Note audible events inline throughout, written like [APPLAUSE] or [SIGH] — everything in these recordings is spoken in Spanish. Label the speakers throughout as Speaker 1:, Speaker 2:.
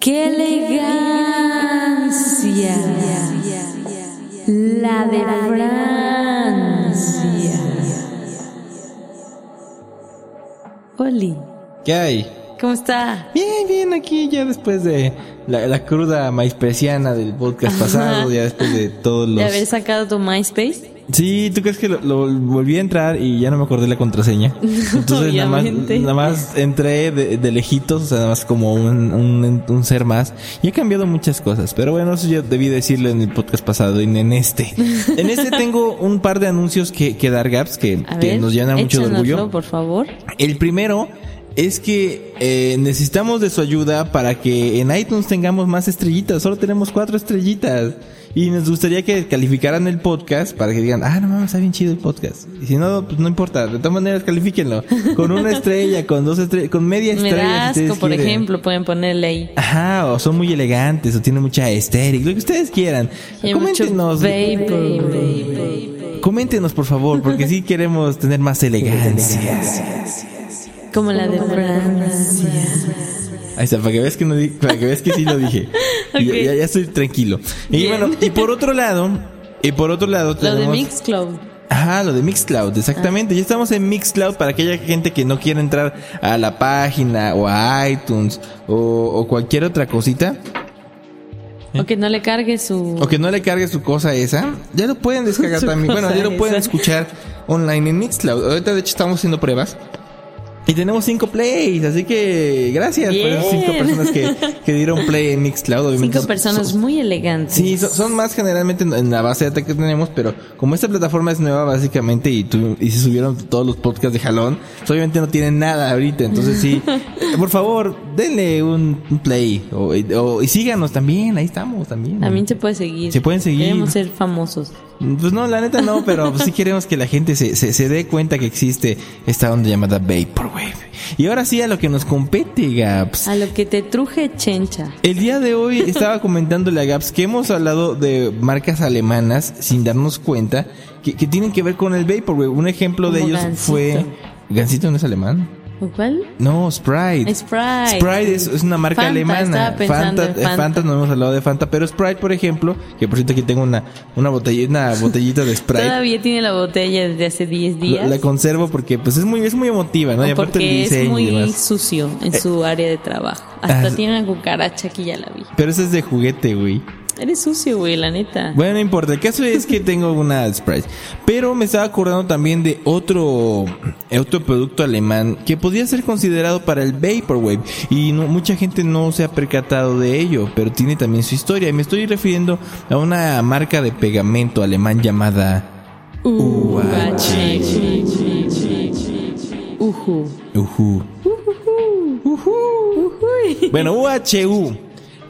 Speaker 1: ¡Qué elegancia! La de Francia. Oli,
Speaker 2: ¿Qué hay?
Speaker 1: ¿cómo está?
Speaker 2: Bien, bien, aquí ya después de la, la cruda maizpresiana del podcast pasado, ya después de todos
Speaker 1: ¿De
Speaker 2: los...
Speaker 1: haber sacado tu MySpace?
Speaker 2: Sí, ¿tú crees que lo, lo volví a entrar y ya no me acordé la
Speaker 1: [LAUGHS]
Speaker 2: contraseña? Entonces nada más,
Speaker 1: Obviamente.
Speaker 2: nada más entré de, de lejitos, o sea, nada más como un, un, un ser más. Y he cambiado muchas cosas, pero bueno, eso yo debí decirlo en el podcast pasado y en este.
Speaker 1: [LAUGHS]
Speaker 2: En este tengo un par de anuncios que, que dar, Gaps, que,
Speaker 1: A
Speaker 2: que
Speaker 1: ver,
Speaker 2: nos llenan mucho de
Speaker 1: échanoslo,
Speaker 2: orgullo.
Speaker 1: por favor.
Speaker 2: El primero es que eh, necesitamos de su ayuda para que en iTunes tengamos más estrellitas. Solo tenemos cuatro estrellitas. Y nos gustaría que calificaran el podcast para que digan, ah, no mames, está bien chido el podcast. Y si no, pues no importa. De todas maneras, califíquenlo. Con una estrella, con dos estrellas, con media
Speaker 1: Me
Speaker 2: estrella.
Speaker 1: da
Speaker 2: si
Speaker 1: asco,
Speaker 2: ustedes
Speaker 1: por
Speaker 2: quieren.
Speaker 1: ejemplo, pueden ponerle ahí.
Speaker 2: Ajá, o son muy elegantes, o tienen mucha estética, lo que ustedes quieran.
Speaker 1: Hay mucho
Speaker 2: Coméntenos.
Speaker 1: vapor.
Speaker 2: Coméntenos, por favor, porque sí queremos tener más elegancia.
Speaker 1: Como la de Francia.
Speaker 2: Ahí está, para que veas que, no di- para que, veas que sí lo dije.
Speaker 1: [LAUGHS] Ok.
Speaker 2: Ya- ya, ya estoy tranquilo. Y
Speaker 1: Bien.
Speaker 2: bueno, y por otro lado, y por otro lado
Speaker 1: Lo de
Speaker 2: tenemos-
Speaker 1: Mixcloud. Ah.
Speaker 2: Ajá, lo de Mixcloud, exactamente. Ya estamos en Mixcloud para aquella gente que no quiere entrar a la página o a iTunes o, o cualquier otra cosita. ¿Eh?
Speaker 1: O que no le cargue su...
Speaker 2: O que no le cargue su cosa esa. Ya lo pueden descargar
Speaker 1: Su
Speaker 2: también. Bueno,
Speaker 1: cosa
Speaker 2: ya lo pueden
Speaker 1: esa.
Speaker 2: escuchar online en Mixcloud. Ahorita, de hecho, estamos haciendo pruebas. Y tenemos cinco plays, así que gracias por esas cinco
Speaker 1: Bien.
Speaker 2: personas que, que dieron play en Mixcloud.
Speaker 1: Cinco
Speaker 2: Obviamente son-
Speaker 1: personas muy elegantes.
Speaker 2: Sí, so- son más generalmente en- en la base de datos que tenemos, pero como esta plataforma es nueva básicamente y, tu- y se subieron todos los podcasts de jalón, pues, obviamente no tienen nada ahorita,
Speaker 1: [LAUGHS]
Speaker 2: entonces sí, eh, por favor, denle un, un play o, o- y síganos también, ahí estamos también.
Speaker 1: También se puede seguir.
Speaker 2: Se pueden seguir.
Speaker 1: Queremos ser famosos.
Speaker 2: Pues no, la neta no, pero pues, sí queremos que la gente se, se, se dé cuenta que existe esta onda llamada Vaporwave. Y ahora sí a lo que nos compete, Gaps.
Speaker 1: A lo que te truje chencha.
Speaker 2: El día de hoy estaba comentándole a Gaps que hemos hablado de marcas alemanas sin darnos cuenta que, que tienen que ver con el Vaporwave. Un ejemplo de
Speaker 1: Como
Speaker 2: ellos fue...
Speaker 1: Gansito.
Speaker 2: ¿Gansito no es alemán?
Speaker 1: ¿O cuál?
Speaker 2: No, Sprite.
Speaker 1: Sprite.
Speaker 2: Sprite es, es una marca
Speaker 1: Fanta,
Speaker 2: alemana.
Speaker 1: estaba pensando en
Speaker 2: eh,
Speaker 1: Fanta.
Speaker 2: no hemos hablado de Fanta, pero Sprite, por ejemplo, que por cierto aquí tengo una, una, botella, una botellita de Sprite.
Speaker 1: Todavía tiene la botella desde hace 10
Speaker 2: La,
Speaker 1: días.
Speaker 2: la conservo porque pues es muy, es muy emotiva, ¿no? Y
Speaker 1: o
Speaker 2: aparte el
Speaker 1: porque es
Speaker 2: diseño y
Speaker 1: muy
Speaker 2: demás. Eh,
Speaker 1: sucio en su área de trabajo. Hasta
Speaker 2: ah,
Speaker 1: tiene una cucaracha que ya la vi.
Speaker 2: Pero ese es de juguete, güey.
Speaker 1: Eres sucio, güey, la neta.
Speaker 2: Bueno, no importa. El caso es que tengo una Sprite. Pero me estaba acordando también de otro, eh, otro producto alemán que podría ser considerado para el Vaporwave. Y no- mucha gente no se ha percatado de ello, pero tiene también su historia. Y me estoy refiriendo a una marca de pegamento alemán llamada uh, ah,
Speaker 1: ah, UH. Ujú.
Speaker 2: Uhu. Bueno, UHU.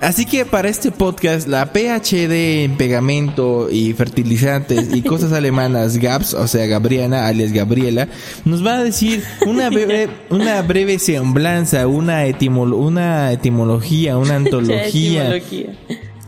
Speaker 2: Así que para este podcast, la PhD en pegamento y fertilizantes
Speaker 1: [LAUGHS]
Speaker 2: y cosas alemanas, GAPS, o sea, Gabriana, alias Gabriela, nos va a decir
Speaker 1: [LAUGHS]
Speaker 2: una breve, una breve semblanza, una, etimol- una
Speaker 1: [LAUGHS]
Speaker 2: etimología, una
Speaker 1: Ya,
Speaker 2: antología
Speaker 1: etimología.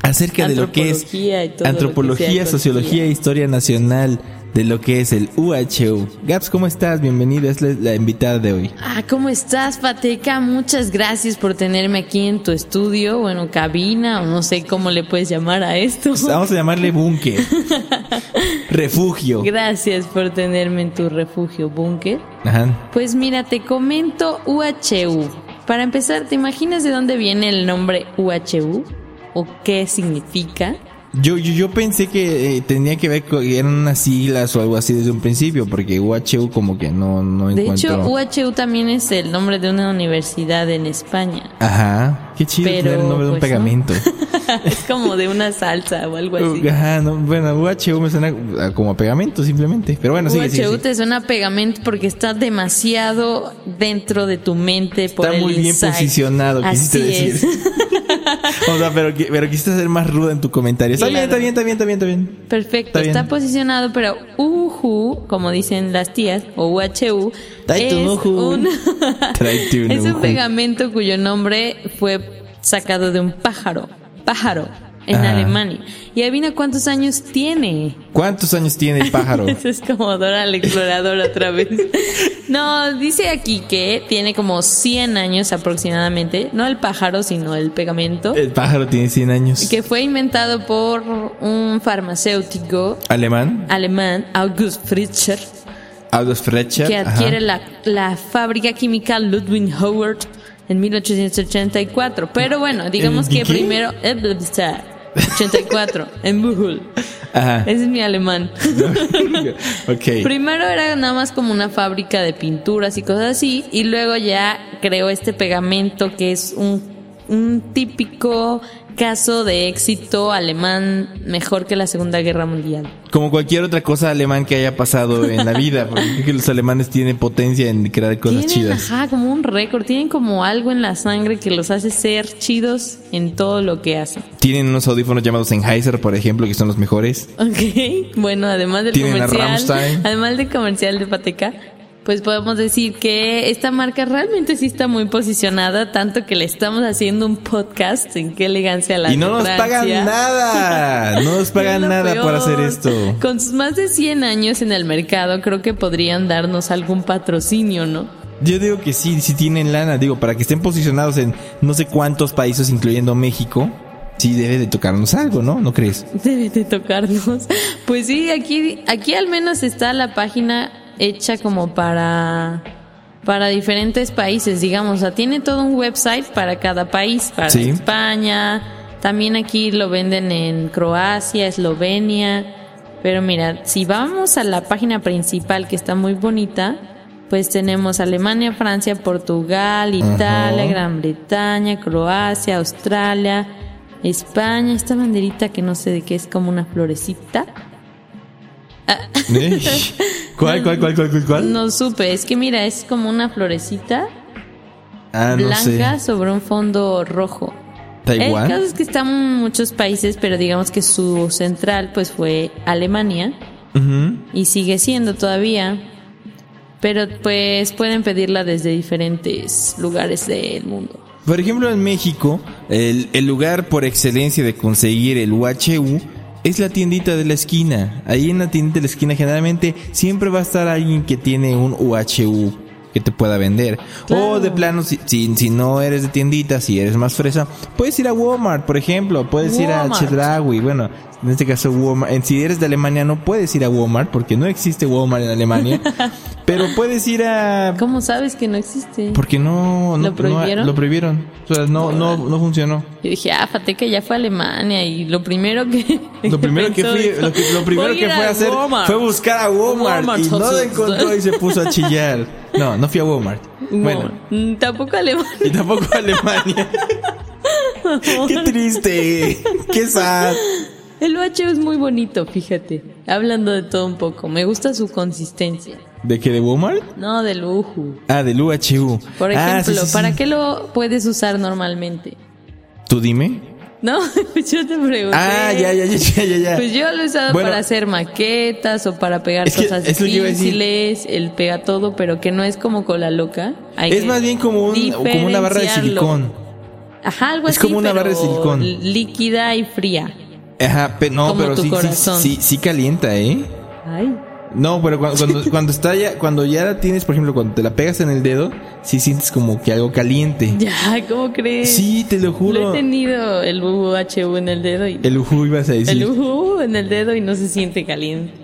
Speaker 2: acerca de lo que es
Speaker 1: Antropología y todo lo que sea
Speaker 2: antropología,
Speaker 1: ecología.
Speaker 2: sociología e historia nacional de lo que es el UHU. GAPS, ¿cómo estás? Bienvenida, es la- la invitada de hoy.
Speaker 1: Ah, ¿cómo estás, Pateca? Muchas gracias por tenerme aquí en tu estudio, bueno, cabina, o no sé cómo le puedes llamar a esto.
Speaker 2: Vamos a llamarle búnker.
Speaker 1: [LAUGHS]
Speaker 2: Refugio.
Speaker 1: Gracias por tenerme en tu refugio, búnker.
Speaker 2: Ajá.
Speaker 1: Pues mira, te comento UHU. Para empezar, ¿te imaginas de dónde viene el nombre UHU? ¿O qué significa?
Speaker 2: Yo, yo, yo pensé que eh, tenía que ver con que eran unas siglas o algo así desde un principio, porque UHU como que no, no
Speaker 1: De
Speaker 2: encuentro.
Speaker 1: hecho, UHU también es el nombre de una universidad en España.
Speaker 2: Ajá. Qué chido
Speaker 1: Pero,
Speaker 2: tener el nombre de un
Speaker 1: pues, [LAUGHS]
Speaker 2: pegamento.
Speaker 1: es como de una salsa o algo así.
Speaker 2: [LAUGHS] Ajá, no, bueno, UHU me suena a- como a pegamento simplemente. Pero bueno, sigue, sigue,
Speaker 1: UHU
Speaker 2: sigue.
Speaker 1: te suena a pegamento porque está demasiado dentro de tu mente por
Speaker 2: Está
Speaker 1: el
Speaker 2: muy bien
Speaker 1: insight.
Speaker 2: posicionado, quisiste
Speaker 1: Así
Speaker 2: decir.
Speaker 1: es.
Speaker 2: o sea, pero, qui- pero quisiste ser más ruda en tu comentario. Está bien,
Speaker 1: Claro.
Speaker 2: está bien, está bien, está bien, está bien.
Speaker 1: [LAUGHS] Perfecto,
Speaker 2: Está bien.
Speaker 1: está, posicionado, pero UHU, como dicen las tías, o UHU,
Speaker 2: Trae
Speaker 1: es
Speaker 2: tu ujú.
Speaker 1: un, [LAUGHS]
Speaker 2: Trae tu
Speaker 1: es un
Speaker 2: ujú.
Speaker 1: pegamento cuyo nombre fue sacado de un pájaro, pájaro, en
Speaker 2: Ah.
Speaker 1: Alemania. Y adivina cuántos años tiene.
Speaker 2: ¿Cuántos años tiene
Speaker 1: [LAUGHS]
Speaker 2: el pájaro? [LAUGHS]
Speaker 1: Eso es como Dora la exploradora otra vez. No, dice aquí que tiene como 100 años aproximadamente, no el pájaro, sino el pegamento,
Speaker 2: el pájaro tiene 100 años.
Speaker 1: que fue inventado por un farmacéutico
Speaker 2: ¿Alemán?
Speaker 1: alemán August Frischer,
Speaker 2: Aldous Fletcher.
Speaker 1: que
Speaker 2: ajá.
Speaker 1: adquiere la, la fábrica química Ludwig Howard en 1884. Pero bueno, digamos
Speaker 2: ¿En
Speaker 1: que
Speaker 2: qué?
Speaker 1: primero... eh, 84, en
Speaker 2: [LAUGHS]
Speaker 1: Buchul.
Speaker 2: Ajá.
Speaker 1: [LAUGHS] Ese es mi alemán.
Speaker 2: ok.
Speaker 1: Primero era nada más como una fábrica de pinturas y cosas así, y luego ya creó este pegamento que es un, un típico caso de éxito alemán mejor que la Segunda Guerra Mundial.
Speaker 2: Como cualquier otra cosa alemán que haya pasado en
Speaker 1: [LAUGHS]
Speaker 2: la vida. Porque creo que los alemanes tienen potencia en crear cosas
Speaker 1: tienen,
Speaker 2: chidas.
Speaker 1: ajá, como un récord, tienen como algo en la sangre que los hace ser chidos en todo lo que hacen.
Speaker 2: Tienen unos audífonos llamados Sennheiser, por ejemplo, que son los mejores.
Speaker 1: Ok, bueno, además del
Speaker 2: Tienen a
Speaker 1: comercial,
Speaker 2: Rammstein.
Speaker 1: además del comercial de Pateca, pues podemos decir que esta marca realmente sí está muy posicionada, tanto que le estamos haciendo un podcast en qué elegancia la
Speaker 2: Y no nos
Speaker 1: Ignorancia.
Speaker 2: pagan nada. No nos
Speaker 1: Es [LAUGHS]
Speaker 2: pagan
Speaker 1: lo
Speaker 2: nada por
Speaker 1: peor.
Speaker 2: hacer esto.
Speaker 1: Con sus más de 100 años en el mercado, creo que podrían darnos algún patrocinio, ¿no?
Speaker 2: Yo digo que sí, sí tienen lana. Digo, para que estén posicionados en no sé cuántos países, incluyendo México, sí debe de tocarnos algo, ¿no? ¿No
Speaker 1: [LAUGHS]
Speaker 2: crees?
Speaker 1: Debe de tocarnos. Pues sí, aquí, aquí al menos está la página hecha como para, para diferentes países, digamos. O sea, tiene todo un website para cada país, para
Speaker 2: Sí.
Speaker 1: España. También aquí lo venden en Croacia, Eslovenia. Pero mira, si vamos a la página principal que está muy bonita, pues tenemos Alemania, Francia, Portugal, Italia,
Speaker 2: Ajá.
Speaker 1: Gran Bretaña, Croacia, Australia, España, esta banderita que no sé de qué es como una florecita.
Speaker 2: Ey, ¿Cuál, cuál, cuál, cuál, cuál? cuál?
Speaker 1: No supe, es que mira, es como una florecita
Speaker 2: ah, no
Speaker 1: blanca
Speaker 2: sé.
Speaker 1: sobre un fondo rojo. El caso
Speaker 2: ¿Taiwán?
Speaker 1: es que están en muchos países, pero digamos que su central pues fue Alemania
Speaker 2: Ujú.
Speaker 1: y sigue siendo todavía. Pero pues pueden pedirla desde diferentes lugares del mundo.
Speaker 2: Por ejemplo, en México, el, el lugar por excelencia de conseguir el UHU es la tiendita de la esquina. Ahí en la tiendita de la esquina generalmente siempre va a estar alguien que tiene un UHU que te pueda vender. O
Speaker 1: Claro.
Speaker 2: de plano, si, si, si no eres de tiendita, si eres más fresa, puedes ir a Walmart, por ejemplo. Puedes ir a
Speaker 1: Walmart.
Speaker 2: Chedraui. Bueno, en este caso Walmart. En- Si eres de Alemania no puedes ir a Walmart porque no existe Walmart en Alemania.
Speaker 1: [LAUGHS]
Speaker 2: pero puedes ir a...
Speaker 1: ¿Cómo sabes que no existe?
Speaker 2: Porque no, no
Speaker 1: ¿Lo prohibieron?
Speaker 2: no- lo prohibieron. O sea, no, no, no funcionó.
Speaker 1: Yo dije, ah, Fateca ya fue a Alemania y lo primero que.
Speaker 2: [LAUGHS] Lo primero que
Speaker 1: pensó
Speaker 2: fui,
Speaker 1: dijo,
Speaker 2: lo, que- lo
Speaker 1: "Voy
Speaker 2: primero
Speaker 1: a
Speaker 2: que
Speaker 1: ir
Speaker 2: fue
Speaker 1: a
Speaker 2: a hacer
Speaker 1: Walmart".
Speaker 2: fue buscar a Walmart,
Speaker 1: Walmart,
Speaker 2: y no lo
Speaker 1: Johnson.
Speaker 2: encontró y se puso a chillar. No, no fui a Walmart. Bueno,
Speaker 1: Walmart. Mm, Tampoco Alemania.
Speaker 2: y tampoco a Alemania. [LAUGHS] Qué triste, qué sad.
Speaker 1: El UHU es muy bonito, fíjate. Hablando de todo un poco. Me gusta su consistencia.
Speaker 2: ¿De qué de Walmart?
Speaker 1: No, de lujo.
Speaker 2: Ah, del UHU.
Speaker 1: Por ejemplo,
Speaker 2: Ah, sí, sí, sí.
Speaker 1: ¿para qué lo puedes usar normalmente? [LAUGHS]
Speaker 2: Tú dime.
Speaker 1: No, [LAUGHS] pues yo te pregunté.
Speaker 2: Ah, ya, ya, ya, ya, ya, ya.
Speaker 1: Pues yo lo he usado
Speaker 2: Bueno.
Speaker 1: para hacer maquetas o para pegar
Speaker 2: Es que
Speaker 1: cosas
Speaker 2: es lo que iba a decir.
Speaker 1: difíciles, el pega todo, pero que no es como con la loca. Hay
Speaker 2: es
Speaker 1: que
Speaker 2: más bien como, un, como una barra de
Speaker 1: diferenciarlo.
Speaker 2: silicón.
Speaker 1: Ajá, algo
Speaker 2: Es
Speaker 1: así,
Speaker 2: como una barra de
Speaker 1: pero
Speaker 2: silicón.
Speaker 1: Líquida y fría.
Speaker 2: Ajá, pe- no,
Speaker 1: Como
Speaker 2: pero
Speaker 1: tu
Speaker 2: sí, sí,
Speaker 1: corazón.
Speaker 2: sí, sí calienta, ¿eh?
Speaker 1: Ay.
Speaker 2: No, pero cuando, cuando, cuando está ya, cuando ya la tienes, por ejemplo, cuando te la pegas en el dedo, sí sientes como que algo caliente.
Speaker 1: [LAUGHS] Ya, ¿cómo crees?
Speaker 2: Sí, te lo
Speaker 1: Lo
Speaker 2: juro.
Speaker 1: he tenido el UHU en el dedo y
Speaker 2: El ujú ibas a decir.
Speaker 1: el UHU en el dedo y no se siente caliente.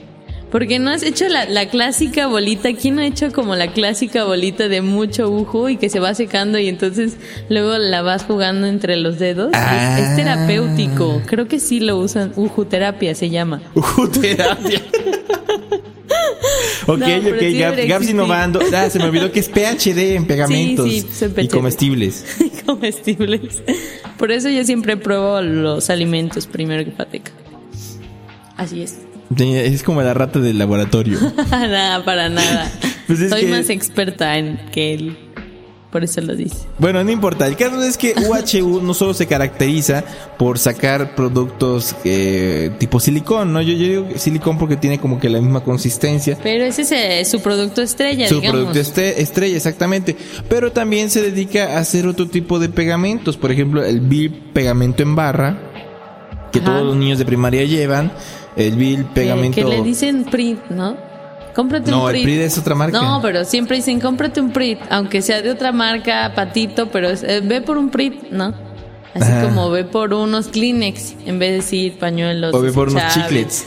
Speaker 1: Porque no has hecho la, la clásica bolita. ¿Quién no ha hecho como la clásica bolita de mucho uju y que se va secando y entonces luego la vas jugando entre los dedos? Es-
Speaker 2: Ah.
Speaker 1: Es, terapéutico. Creo que sí lo usan. Uju terapia se llama. [LAUGHS]
Speaker 2: Ujú terapia.
Speaker 1: No, pero
Speaker 2: ok, ok,
Speaker 1: sí
Speaker 2: Gab-
Speaker 1: debería
Speaker 2: Gabs
Speaker 1: existir.
Speaker 2: innovando. Ah, se me olvidó que es PHD en
Speaker 1: [LAUGHS]
Speaker 2: pegamentos
Speaker 1: Sí, sí, son
Speaker 2: y
Speaker 1: PHD.
Speaker 2: comestibles.
Speaker 1: comestibles. Por eso yo siempre pruebo los alimentos primero que pateca. Así es. [LAUGHS]
Speaker 2: Tenía- Es como la rata del laboratorio.
Speaker 1: Nada, para nada.
Speaker 2: Pues es
Speaker 1: Soy
Speaker 2: que-
Speaker 1: más experta en que él. Por eso lo dice.
Speaker 2: Bueno, no importa. El caso es que UHU no solo se caracteriza por sacar productos eh, tipo silicón, ¿no? Yo, yo digo que silicón porque tiene como que la misma consistencia.
Speaker 1: Pero ese es eh, su producto estrella,
Speaker 2: Su
Speaker 1: digamos.
Speaker 2: producto este- estrella, exactamente. Pero también se dedica a hacer otro tipo de pegamentos. Por ejemplo, el Bill pegamento en barra, que
Speaker 1: Ajá.
Speaker 2: todos los niños de primaria llevan. El Bill
Speaker 1: Eh,
Speaker 2: pegamento.
Speaker 1: Que le dicen print, ¿no? Cómprate
Speaker 2: No,
Speaker 1: un
Speaker 2: el
Speaker 1: print.
Speaker 2: Pride es otra marca.
Speaker 1: No, pero siempre dicen, cómprate un print, aunque sea de otra marca, patito, pero es, eh, ve por un print, ¿no? Así
Speaker 2: Ajá.
Speaker 1: como ve por unos Kleenex, en vez de decir pañuelos.
Speaker 2: O ve por unos
Speaker 1: desechables.
Speaker 2: chiclets.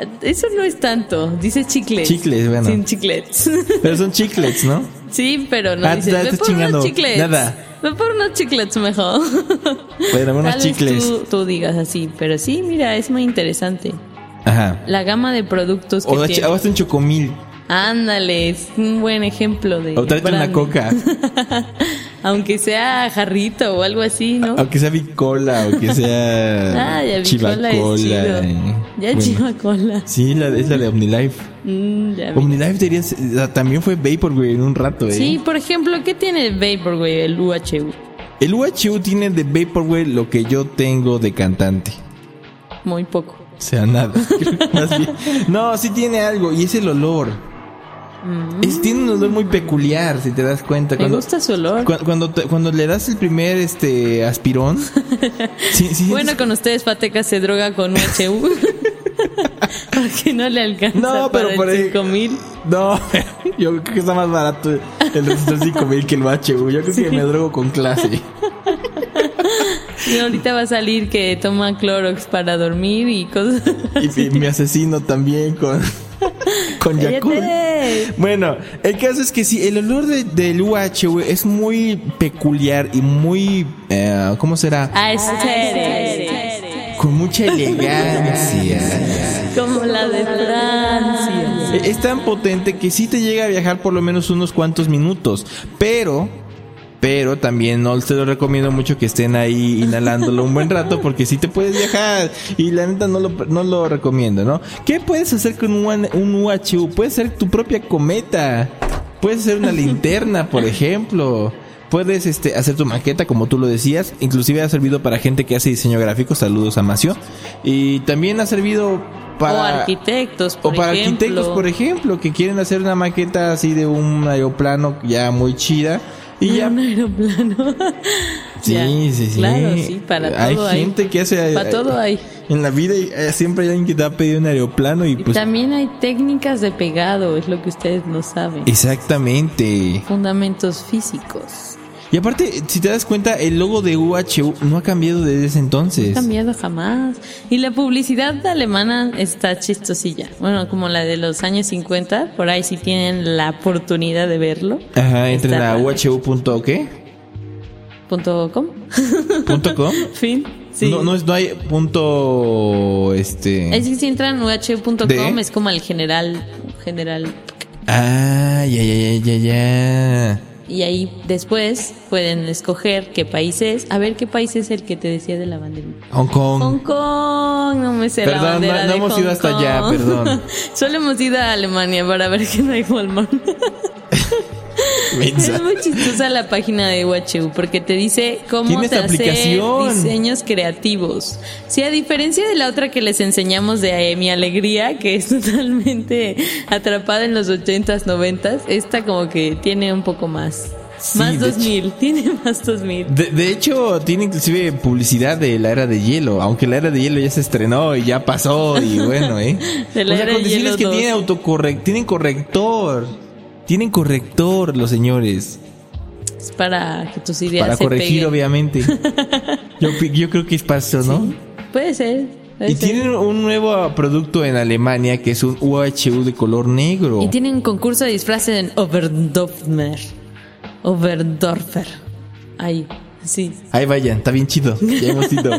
Speaker 1: Ah, Eso no es tanto, dice chiclets.
Speaker 2: Chicles, bueno.
Speaker 1: Sin chiclets. [LAUGHS]
Speaker 2: Pero son chiclets, ¿no?
Speaker 1: sí, pero no
Speaker 2: Ah,
Speaker 1: dice,
Speaker 2: ya
Speaker 1: ve
Speaker 2: estás
Speaker 1: por
Speaker 2: chingando.
Speaker 1: unos chiclets.
Speaker 2: Nada.
Speaker 1: Ve por unos chiclets
Speaker 2: [LAUGHS]
Speaker 1: mejor.
Speaker 2: Bueno, unos
Speaker 1: Tal vez
Speaker 2: chicles.
Speaker 1: Tú, tú digas así, pero sí, mira, es muy interesante.
Speaker 2: Ajá.
Speaker 1: La gama de productos que
Speaker 2: O
Speaker 1: tiene.
Speaker 2: hasta o hasta un chocomil.
Speaker 1: Ándale, es un buen ejemplo de.
Speaker 2: O tráete una
Speaker 1: branding.
Speaker 2: coca.
Speaker 1: [LAUGHS] Aunque sea jarrito o algo así, ¿no?
Speaker 2: Aunque sea bicola, o que
Speaker 1: [LAUGHS]
Speaker 2: sea
Speaker 1: Ah, ya vi cola es
Speaker 2: chivacola.
Speaker 1: chido.
Speaker 2: eh.
Speaker 1: Ya
Speaker 2: Bueno.
Speaker 1: chivacola.
Speaker 2: Sí, la, es la de Omnilife.
Speaker 1: Mm, ya vi.
Speaker 2: Omnilife diría, eh, también fue Vaporwave en un rato, ¿eh?
Speaker 1: Sí, por ejemplo, ¿qué tiene el Vaporwave, el UHU?
Speaker 2: El UHU tiene de Vaporwave lo que yo tengo de cantante.
Speaker 1: Muy poco.
Speaker 2: O sea, nada. [LAUGHS] Más bien. No, sí tiene algo, y es el olor. Es, tiene un olor muy peculiar, si te das cuenta.
Speaker 1: Me
Speaker 2: Cuando-
Speaker 1: Mm. gusta su olor.
Speaker 2: Cu- Cuando, te- cuando le das el primer
Speaker 1: [LAUGHS]
Speaker 2: este aspirón, sí, sí,
Speaker 1: Bueno, con ustedes Pateca se droga con UHU.
Speaker 2: [LAUGHS]
Speaker 1: Porque no le alcanza
Speaker 2: No, pero
Speaker 1: para
Speaker 2: por
Speaker 1: el
Speaker 2: ahí-
Speaker 1: 5000.
Speaker 2: no, [LAUGHS] yo creo que está más barato el resistor 5000 que el HU. Yo creo que me drogo con clase.
Speaker 1: Y ahorita va a salir que toma Clorox para dormir y cosas.
Speaker 2: Y, y me asesino también con, con Yakult.
Speaker 1: ¡Cállate!
Speaker 2: Bueno, el caso es que sí, el olor de- del UHU es muy peculiar y muy, eh, ¿cómo
Speaker 1: Ah.
Speaker 2: será?
Speaker 1: Aesthetics.
Speaker 2: Con mucha elegancia.
Speaker 1: Como la de Francia.
Speaker 2: Eh, Es tan potente que sí te llega a viajar por lo menos unos cuantos minutos, pero pero también no te lo recomiendo mucho que estén ahí inhalándolo un buen rato porque sí te puedes viajar y la neta no lo, no lo recomiendo, ¿no? ¿Qué puedes hacer con un, un UHU? Puedes ser tu propia cometa, puedes hacer una linterna, por ejemplo. Puedes este, hacer tu maqueta, como tú lo decías. Inclusive ha servido para gente que hace diseño gráfico. Saludos a Macio. Y también ha servido para...
Speaker 1: o arquitectos,
Speaker 2: O
Speaker 1: por
Speaker 2: para
Speaker 1: ejemplo.
Speaker 2: arquitectos, por ejemplo, que quieren hacer una maqueta así de un aeroplano ya muy chida. Y ya.
Speaker 1: un aeroplano.
Speaker 2: [LAUGHS] Sí,
Speaker 1: Ah, Ya,
Speaker 2: sí, sí.
Speaker 1: Claro, sí, para
Speaker 2: hay
Speaker 1: todo hay.
Speaker 2: gente que hace. eh,
Speaker 1: Para todo hay.
Speaker 2: En la vida eh, siempre hay alguien que te va a pedir un aeroplano y
Speaker 1: Y
Speaker 2: pues.
Speaker 1: también hay técnicas de pegado, es lo que ustedes no saben.
Speaker 2: Exactamente.
Speaker 1: Fundamentos físicos.
Speaker 2: Y aparte, si te das cuenta, el logo de UHU no ha cambiado desde ese
Speaker 1: No
Speaker 2: entonces.
Speaker 1: ha cambiado jamás. Y la publicidad alemana está chistosilla. Bueno, como la de los años 50, por ahí si tienen la oportunidad de verlo.
Speaker 2: Ajá, entren
Speaker 1: Está
Speaker 2: a
Speaker 1: padre.
Speaker 2: UHU.com.
Speaker 1: Punto com. [LAUGHS]
Speaker 2: ¿Punto com?
Speaker 1: fin. [LAUGHS] Sí.
Speaker 2: No, no, es- no hay punto. Este.
Speaker 1: Es que si entran uh.com
Speaker 2: De-
Speaker 1: es como el general, general
Speaker 2: Ah, ya, ya, ya, ya, ya.
Speaker 1: Y ahí después pueden escoger qué país es. A ver, ¿qué país es el que te decía de la banderita?
Speaker 2: Hong Kong.
Speaker 1: Hong Kong, no me sé
Speaker 2: Perdón,
Speaker 1: la
Speaker 2: no-
Speaker 1: bandera
Speaker 2: no
Speaker 1: de
Speaker 2: hemos
Speaker 1: Hong
Speaker 2: ido hasta
Speaker 1: Kong.
Speaker 2: allá, perdón.
Speaker 1: [LAUGHS] Solo hemos ido a Alemania para ver que no hay Walmart.
Speaker 2: Mensa.
Speaker 1: es muy chistosa la página de WHU porque te dice cómo
Speaker 2: Tiene
Speaker 1: te
Speaker 2: esta
Speaker 1: hacer
Speaker 2: aplicación.
Speaker 1: diseños creativos. Sí, a diferencia de la otra que les enseñamos de eh, Mi Alegría, que es [LAUGHS] totalmente atrapada en los 80s, 90s, esta como que tiene un poco más.
Speaker 2: Sí,
Speaker 1: más
Speaker 2: de
Speaker 1: 2000, [LAUGHS] tiene más 2000.
Speaker 2: De, de hecho, tiene inclusive publicidad de la era de hielo, aunque la era de hielo ya se estrenó y ya pasó
Speaker 1: [LAUGHS]
Speaker 2: y bueno, ¿eh?
Speaker 1: De la
Speaker 2: o sea,
Speaker 1: era
Speaker 2: con
Speaker 1: de
Speaker 2: decirles
Speaker 1: hielo
Speaker 2: que
Speaker 1: dos.
Speaker 2: tienen autocorrect, tienen corrector. Tienen corrector los señores
Speaker 1: Es para que tus ideas
Speaker 2: para
Speaker 1: se
Speaker 2: corregir
Speaker 1: peguen. [LAUGHS]
Speaker 2: obviamente. Yo, pi- yo creo que es paso, ¿no?
Speaker 1: Puede ser. puede
Speaker 2: Y
Speaker 1: ser.
Speaker 2: tienen un nuevo producto en Alemania que es un UHU de color negro.
Speaker 1: Y tienen un concurso de disfraces en Oberdorfer. Oberdorfer. Ahí, sí.
Speaker 2: Ahí vayan, está bien chido. Ya
Speaker 1: [LAUGHS]
Speaker 2: hemos ido.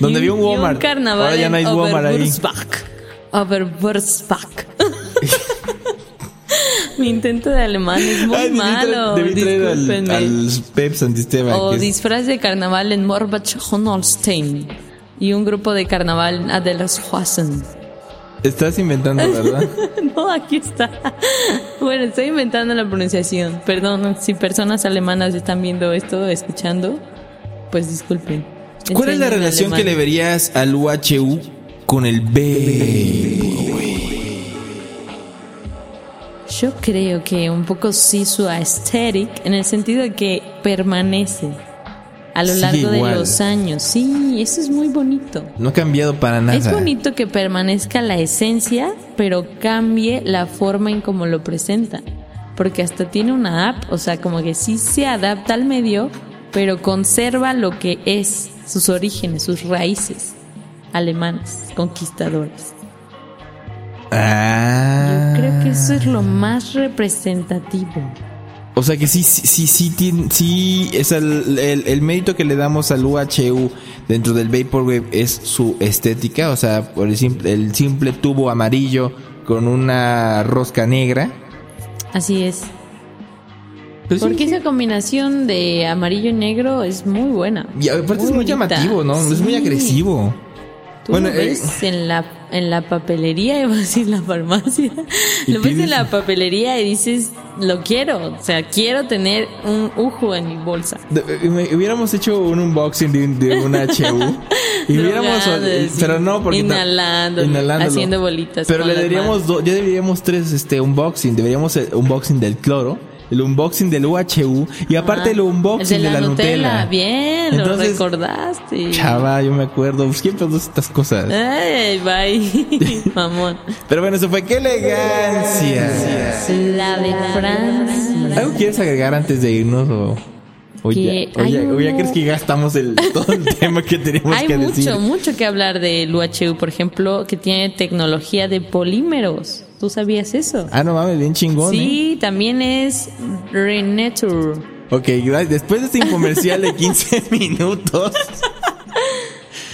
Speaker 2: Donde
Speaker 1: Y
Speaker 2: había un
Speaker 1: y
Speaker 2: Walmart.
Speaker 1: Un carnaval
Speaker 2: Ahora ya no hay
Speaker 1: en
Speaker 2: Walmart ahí.
Speaker 1: Oberwurzbach.
Speaker 2: [LAUGHS]
Speaker 1: Oberwurzbach. Mi intento de alemán es muy
Speaker 2: Ay, debí tra-
Speaker 1: malo.
Speaker 2: Debí traer al,
Speaker 1: discúlpenme. Oh,
Speaker 2: al Pep Santisteban.
Speaker 1: o
Speaker 2: que es-
Speaker 1: disfraz de carnaval en Morbach Honolstein. Y un grupo de carnaval en Adlershausen.
Speaker 2: Estás inventando, ¿verdad?
Speaker 1: [LAUGHS] No, aquí está. Bueno, estoy inventando la pronunciación. Perdón, si personas alemanas están viendo esto, escuchando, pues disculpen.
Speaker 2: ¿Cuál es la
Speaker 1: Enseñen
Speaker 2: relación que
Speaker 1: alemán.
Speaker 2: le verías al UHU con el B?
Speaker 1: Yo creo que un poco sí su aesthetic, en el sentido de que permanece a lo
Speaker 2: Sigue
Speaker 1: largo de
Speaker 2: igual.
Speaker 1: los años. Sí, eso es muy bonito.
Speaker 2: No ha cambiado para nada.
Speaker 1: Es bonito que permanezca la esencia, pero cambie la forma en cómo lo presenta. Porque hasta tiene una app, o sea, como que sí se adapta al medio, pero conserva lo que es, sus orígenes, sus raíces alemanas, conquistadoras.
Speaker 2: Ah.
Speaker 1: Yo creo que eso es lo más representativo.
Speaker 2: O sea que sí, sí, sí, sí, tien- sí, es el, el- el mérito que le damos al UHU dentro del Vaporwave es su estética, o sea, por el simple, el simple tubo amarillo con una rosca negra.
Speaker 1: Así es.
Speaker 2: Pues sí.
Speaker 1: Porque esa combinación de amarillo y negro es muy buena.
Speaker 2: Y aparte es muy
Speaker 1: bonita.
Speaker 2: llamativo, ¿no? Es muy
Speaker 1: Sí.
Speaker 2: agresivo.
Speaker 1: Tú
Speaker 2: Bueno, eh,
Speaker 1: lo ves en la en la papelería, [LAUGHS] iba a decir la farmacia.
Speaker 2: Y
Speaker 1: Lo ves
Speaker 2: pides-
Speaker 1: en la papelería y dices, lo quiero. O sea, quiero tener un ujo en mi bolsa.
Speaker 2: De- eh, me- hubiéramos hecho un unboxing de, de
Speaker 1: [LAUGHS]
Speaker 2: un HU. y hubiéramos.
Speaker 1: Drogado,
Speaker 2: eh,
Speaker 1: sí.
Speaker 2: Pero no, porque. ta-
Speaker 1: Inhalándolo, haciendo bolitas
Speaker 2: Pero
Speaker 1: con
Speaker 2: le
Speaker 1: las
Speaker 2: daríamos.
Speaker 1: manos.
Speaker 2: do- ya deberíamos tres este, unboxing. Deberíamos el unboxing del cloro, el unboxing del UHU y aparte
Speaker 1: Ah,
Speaker 2: el unboxing de, la Nutella.
Speaker 1: Bien, lo
Speaker 2: Entonces,
Speaker 1: recordaste.
Speaker 2: Chava, yo me acuerdo. pues, ¿Quién produce estas cosas?
Speaker 1: Eh. Ay, bye, [LAUGHS] mamón.
Speaker 2: Pero bueno, eso fue. ¡Qué elegancia!
Speaker 1: La de Francia.
Speaker 2: ¿Algo quieres agregar antes de irnos o.? o
Speaker 1: Que
Speaker 2: ya, o
Speaker 1: hay
Speaker 2: ya- o ya
Speaker 1: uno-
Speaker 2: crees que gastamos el, todo
Speaker 1: [LAUGHS]
Speaker 2: el tema que tenemos
Speaker 1: Hay
Speaker 2: que
Speaker 1: mucho,
Speaker 2: Pues, decir.
Speaker 1: mucho que hablar del UHU, por ejemplo, que tiene tecnología de polímeros. ¿Tú sabías eso?
Speaker 2: Ah, no mames, bien chingón. ¿eh?
Speaker 1: Sí, también es Renature.
Speaker 2: Ok, gracias. Después de este infomercial de 15
Speaker 1: [LAUGHS]
Speaker 2: [LAUGHS] minutos.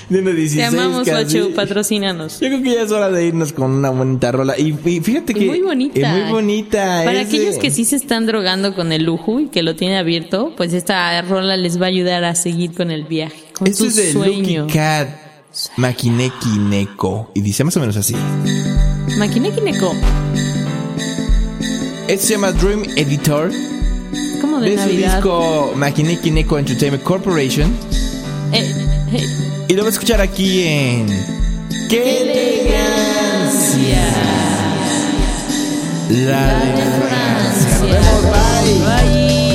Speaker 2: De unos 16
Speaker 1: Te amamos,
Speaker 2: casi.
Speaker 1: UHU,
Speaker 2: [LAUGHS]
Speaker 1: patrocínanos.
Speaker 2: Yo creo que ya es hora de irnos con una bonita rola. Y, y fíjate que.
Speaker 1: muy bonita.
Speaker 2: Es muy bonita.
Speaker 1: Para
Speaker 2: es,
Speaker 1: aquellos
Speaker 2: eh,
Speaker 1: que sí se están drogando con el lujo y que lo tienen abierto, pues esta rola les va a ayudar a seguir con el viaje, con
Speaker 2: Esto
Speaker 1: tus
Speaker 2: es de
Speaker 1: sueños.
Speaker 2: Lucky Cat. Makineki Neko. Y dice más o menos así.
Speaker 1: Makineki Neko,
Speaker 2: Esto se llama Dream Editor.
Speaker 1: es como de,
Speaker 2: De su
Speaker 1: Navidad.
Speaker 2: disco Makineki Neko Entertainment Corporation.
Speaker 1: Eh, eh,
Speaker 2: Y lo voy a escuchar aquí en. ¡Qué elegancia! La de Francia. Nos vemos, bye.
Speaker 1: bye.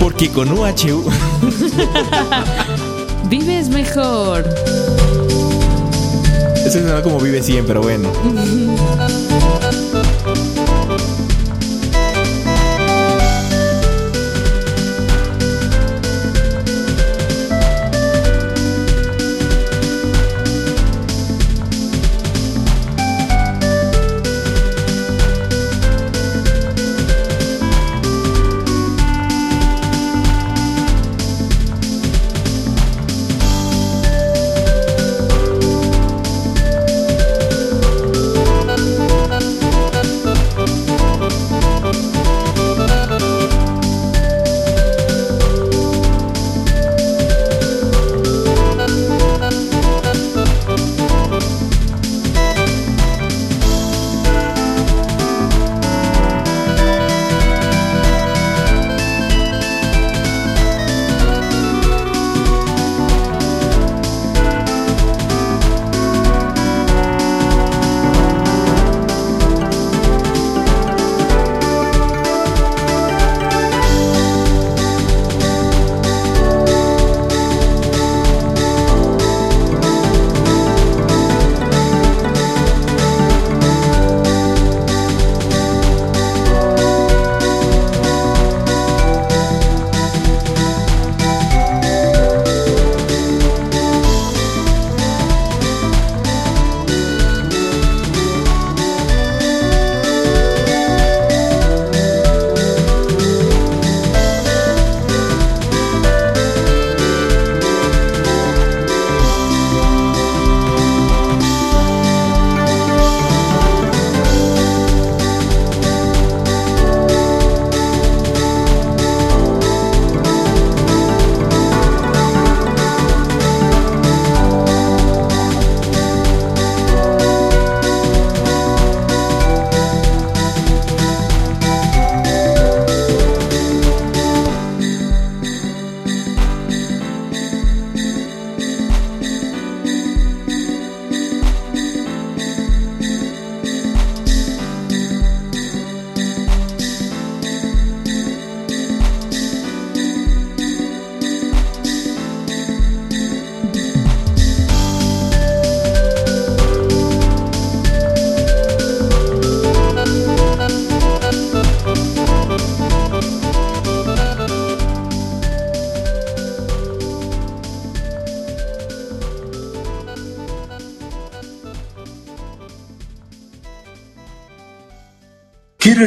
Speaker 2: Porque con UHU.
Speaker 1: Vives mejor.
Speaker 2: [LAUGHS] Eso suena como vive 100, pero bueno.
Speaker 3: ¿Quiere